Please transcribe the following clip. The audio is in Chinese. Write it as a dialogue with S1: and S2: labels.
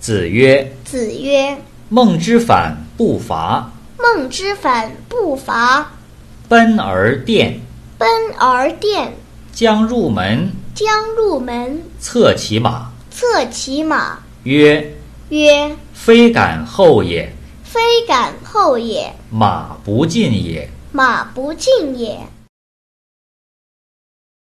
S1: 子曰
S2: 子曰：“
S1: 孟之反不伐，：“
S2: 孟之反不伐，
S1: 奔而殿，
S2: 奔而殿，
S1: 将入门，
S2: 将入门，
S1: 策其马。
S2: 策其马。”
S1: 曰
S2: 曰：“
S1: 非敢后也，：“
S2: 非敢后也，
S1: 马不进也。”
S2: 马不进也。”